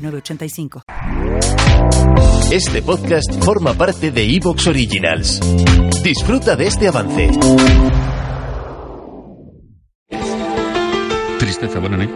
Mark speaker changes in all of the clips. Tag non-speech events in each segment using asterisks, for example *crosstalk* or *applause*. Speaker 1: 985.
Speaker 2: Este podcast forma parte de Evox Originals. Disfruta de este avance.
Speaker 3: Tristeza, buena noche.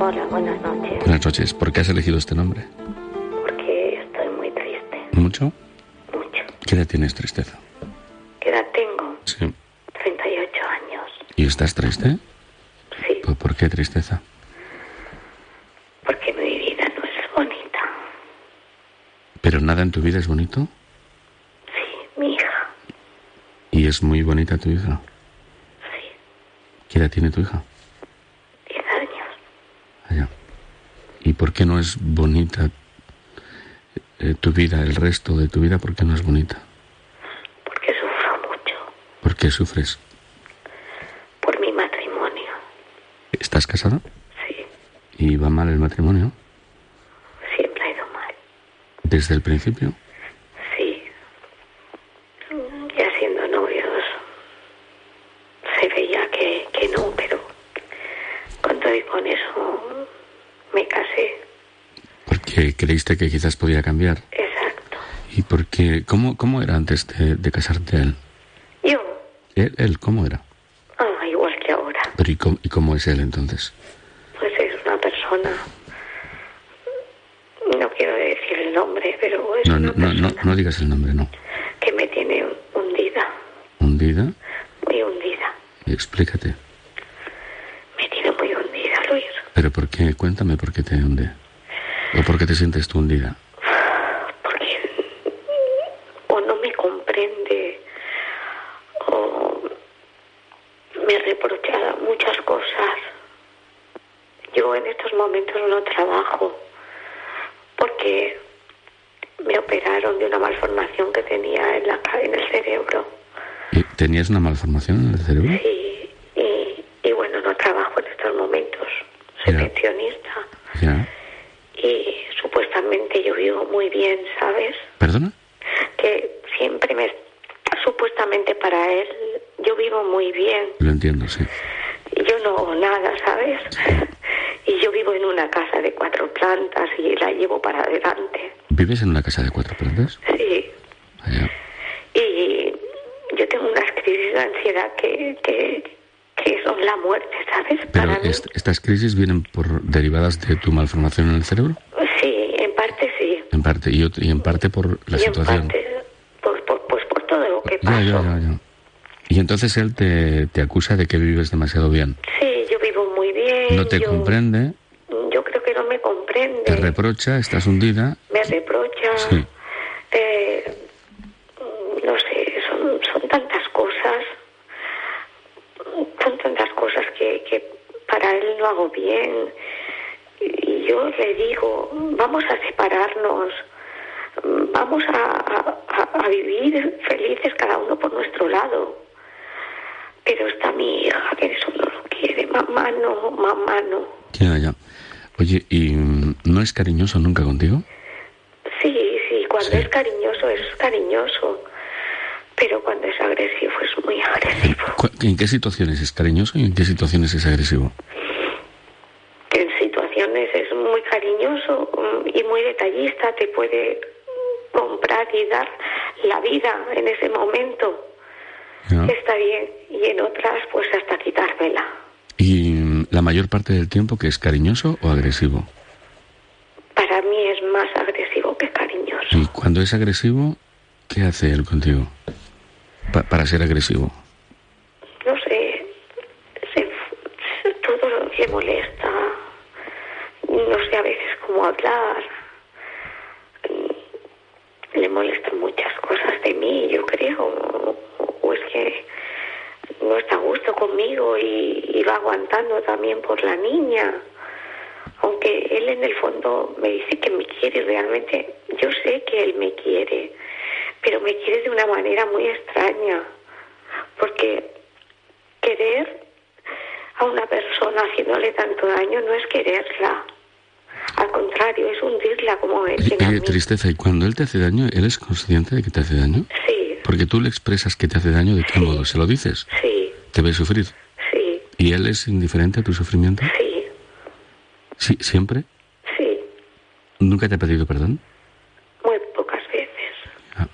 Speaker 4: Hola, buenas noches.
Speaker 3: Buenas noches. ¿Por qué has elegido este nombre?
Speaker 4: Porque estoy muy triste,
Speaker 3: ¿Mucho?
Speaker 4: mucho.
Speaker 3: ¿Qué edad tienes, Tristeza?
Speaker 4: ¿Qué edad tengo?
Speaker 3: Sí.
Speaker 4: 38 años.
Speaker 3: ¿Y estás triste?
Speaker 4: Sí,
Speaker 3: ¿Por, por qué tristeza?
Speaker 4: porque mi vida no es bonita.
Speaker 3: Pero nada en tu vida es bonito
Speaker 4: Sí, mi hija.
Speaker 3: y es muy bonita tu hija.
Speaker 4: Sí,
Speaker 3: ¿Qué edad tiene tu hija?
Speaker 4: 10 años.
Speaker 3: Allá. ¿Y por qué no es bonita eh, tu vida, el resto de tu vida? ¿Por qué no es bonita?
Speaker 4: Porque sufro mucho
Speaker 3: ¿Por qué sufres?
Speaker 4: por mi matrimonio.
Speaker 3: ¿Estás casada?
Speaker 4: Sí,
Speaker 3: ¿Y va mal el matrimonio?
Speaker 4: siempre ha ido mal.
Speaker 3: ¿Desde el principio?
Speaker 4: Sí. Ya siendo novios, se veía que, que no, pero cuando y con eso me casé.
Speaker 3: Porque creíste que quizás podía cambiar.
Speaker 4: Exacto.
Speaker 3: ¿Y por qué? ¿Cómo, cómo era antes de, de casarte él?
Speaker 4: Yo,
Speaker 3: ¿Él, él cómo era?
Speaker 4: ah, igual que ahora.
Speaker 3: Pero ¿y cómo, y cómo es él entonces?
Speaker 4: Pues es una persona. No quiero decir el nombre, pero es
Speaker 3: No, no,
Speaker 4: una
Speaker 3: no, no,
Speaker 4: persona
Speaker 3: no digas el nombre, no.
Speaker 4: que me tiene hundida,
Speaker 3: Hundida,
Speaker 4: muy hundida.
Speaker 3: explícate.
Speaker 4: Me tiene muy hundida, Luis.
Speaker 3: Pero ¿por qué? Cuéntame por qué te hunde. ¿O por qué te sientes tú hundida?
Speaker 4: Porque o no me comprende o me reprocha muchas cosas. Yo en estos momentos no trabajo porque me operaron de una malformación que tenía en, la, ca- en el cerebro.
Speaker 3: ¿Y ¿Tenías una malformación en el cerebro?
Speaker 4: Sí, y, y bueno, no trabajo en estos momentos. Soy
Speaker 3: Ya.
Speaker 4: pensionista
Speaker 3: Ya.
Speaker 4: y supuestamente yo vivo muy bien, ¿sabes?
Speaker 3: ¿Perdona?
Speaker 4: Que siempre me... Supuestamente para él yo vivo muy bien.
Speaker 3: Lo entiendo, sí.
Speaker 4: y Yo no hago nada, ¿sabes? Y yo vivo en una casa de cuatro plantas y la llevo para adelante.
Speaker 3: ¿Vives en una casa de cuatro plantas?
Speaker 4: Sí.
Speaker 3: Ya.
Speaker 4: Y yo tengo unas crisis de ansiedad que, que, que son la muerte, ¿sabes?
Speaker 3: Pero
Speaker 4: para mí.
Speaker 3: est- estas crisis vienen por derivadas de tu malformación en el cerebro,
Speaker 4: Sí, en parte sí.
Speaker 3: en parte, y, ot- y en parte por la
Speaker 4: y
Speaker 3: situación.
Speaker 4: en parte, por, por, pues por todo lo que
Speaker 3: Ya,
Speaker 4: pasó.
Speaker 3: ya, ya, ya. Y entonces él te, te acusa de que vives demasiado bien.
Speaker 4: Sí, yo vivo muy bien.
Speaker 3: No te
Speaker 4: Eh, yo, eh,
Speaker 3: comprende,
Speaker 4: Yo creo que no me comprende.
Speaker 3: te reprocha, estás hundida.
Speaker 4: me reprocha.
Speaker 3: Sí.
Speaker 4: eh, no sé, son, son tantas cosas. Son tantas cosas que, que para él no hago bien. Y y yo le digo, vamos a separarnos. Vamos a- a- a- a vivir felices cada uno por nuestro lado. Pero está mi hija, que eso no lo quiere. Mamá no, mamá no.
Speaker 3: Ya, ya. Oye, ¿y mm, no es cariñoso nunca contigo?
Speaker 4: Sí, sí, cuando
Speaker 3: Sí.
Speaker 4: es cariñoso es cariñoso. Pero cuando es agresivo es muy agresivo.
Speaker 3: *laughs* ¿Cu- ¿En qué situaciones es cariñoso y en qué situaciones es agresivo?
Speaker 4: En situaciones es muy cariñoso mm, y muy detallista. Te puede comprar y dar la vida en ese momento.
Speaker 3: Ya.
Speaker 4: Está bien. Y en otras, pues hasta quitármela.
Speaker 3: ¿Y mm, la mayor parte del tiempo que es cariñoso o agresivo?
Speaker 4: Para mí es más agresivo que cariñoso.
Speaker 3: Y cuando es agresivo, ¿qué hace él contigo? Pa- para ser agresivo.
Speaker 4: no sé, se, se- todo lo- le molesta. No sé a veces cómo hablar. Mm, Le molestan muchas cosas de mí, yo creo. O- O es que no está a gusto conmigo y, y va aguantando también por la niña. Aunque aunque él en el fondo me dice que me quiere realmente, yo sé que él me quiere, pero me quiere de una manera muy extraña, porque querer a una persona haciéndole tanto daño no es quererla. Al contrario, es hundirla como él.
Speaker 3: Qué, qué tristeza. ¿Y cuando él te hace daño, él es consciente de que te hace daño?
Speaker 4: Sí.
Speaker 3: Porque tú le expresas que te hace daño, ¿de qué
Speaker 4: Sí.
Speaker 3: modo? ¿Se lo dices?
Speaker 4: Sí,
Speaker 3: ¿Te ves sufrir?
Speaker 4: sí,
Speaker 3: ¿Y él es indiferente a tu sufrimiento?
Speaker 4: sí,
Speaker 3: Sí, siempre.
Speaker 4: sí,
Speaker 3: ¿Nunca te ha pedido perdón?
Speaker 4: muy pocas veces,
Speaker 3: Ah,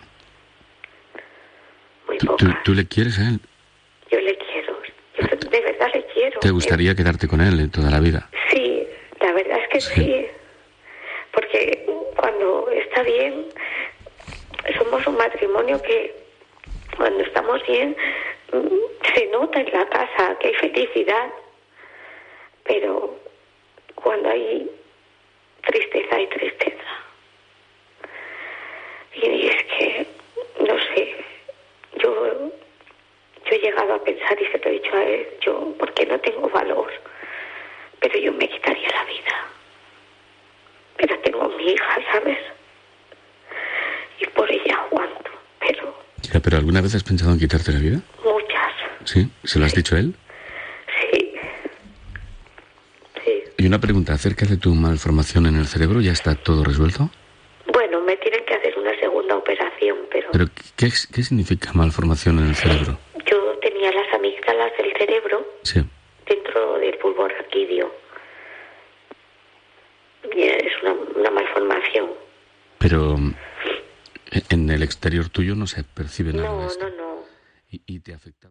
Speaker 4: muy
Speaker 3: tú- tú,
Speaker 4: pocas.
Speaker 3: tú le quieres a él?
Speaker 4: Yo le quiero, yo de verdad le quiero.
Speaker 3: ¿Te gustaría quedarte con él en toda la vida?
Speaker 4: Sí, la verdad es que
Speaker 3: Sí.
Speaker 4: sí. Porque cuando está bien, somos un matrimonio que cuando estamos bien mm, se nota en la casa que hay felicidad. Pero cuando hay tristeza, hay tristeza. Y es que, no sé, yo, yo he llegado a pensar y se lo he dicho a él, yo, porque no tengo valor pero yo me quitaría la vida. Pero tengo mi hija, ¿sabes? Y por ella aguanto, pero
Speaker 3: Ya, ¿Pero alguna vez has pensado en quitarte la vida?
Speaker 4: muchas,
Speaker 3: ¿Sí? ¿Se lo has dicho a él?
Speaker 4: sí. Sí.
Speaker 3: Y una pregunta acerca de tu malformación en el cerebro, ¿ya está todo resuelto?
Speaker 4: Bueno, me tienen que hacer una segunda operación, pero,
Speaker 3: ¿Pero qué, qué significa malformación en el cerebro?
Speaker 4: yo tenía las amígdalas del cerebro
Speaker 3: Sí.
Speaker 4: dentro del bulbo raquídeo. Y es una, una malformación.
Speaker 3: Pero mm, en el exterior tuyo no se percibe nada de
Speaker 4: No,
Speaker 3: esto.
Speaker 4: no, no.
Speaker 3: Y, y te afecta.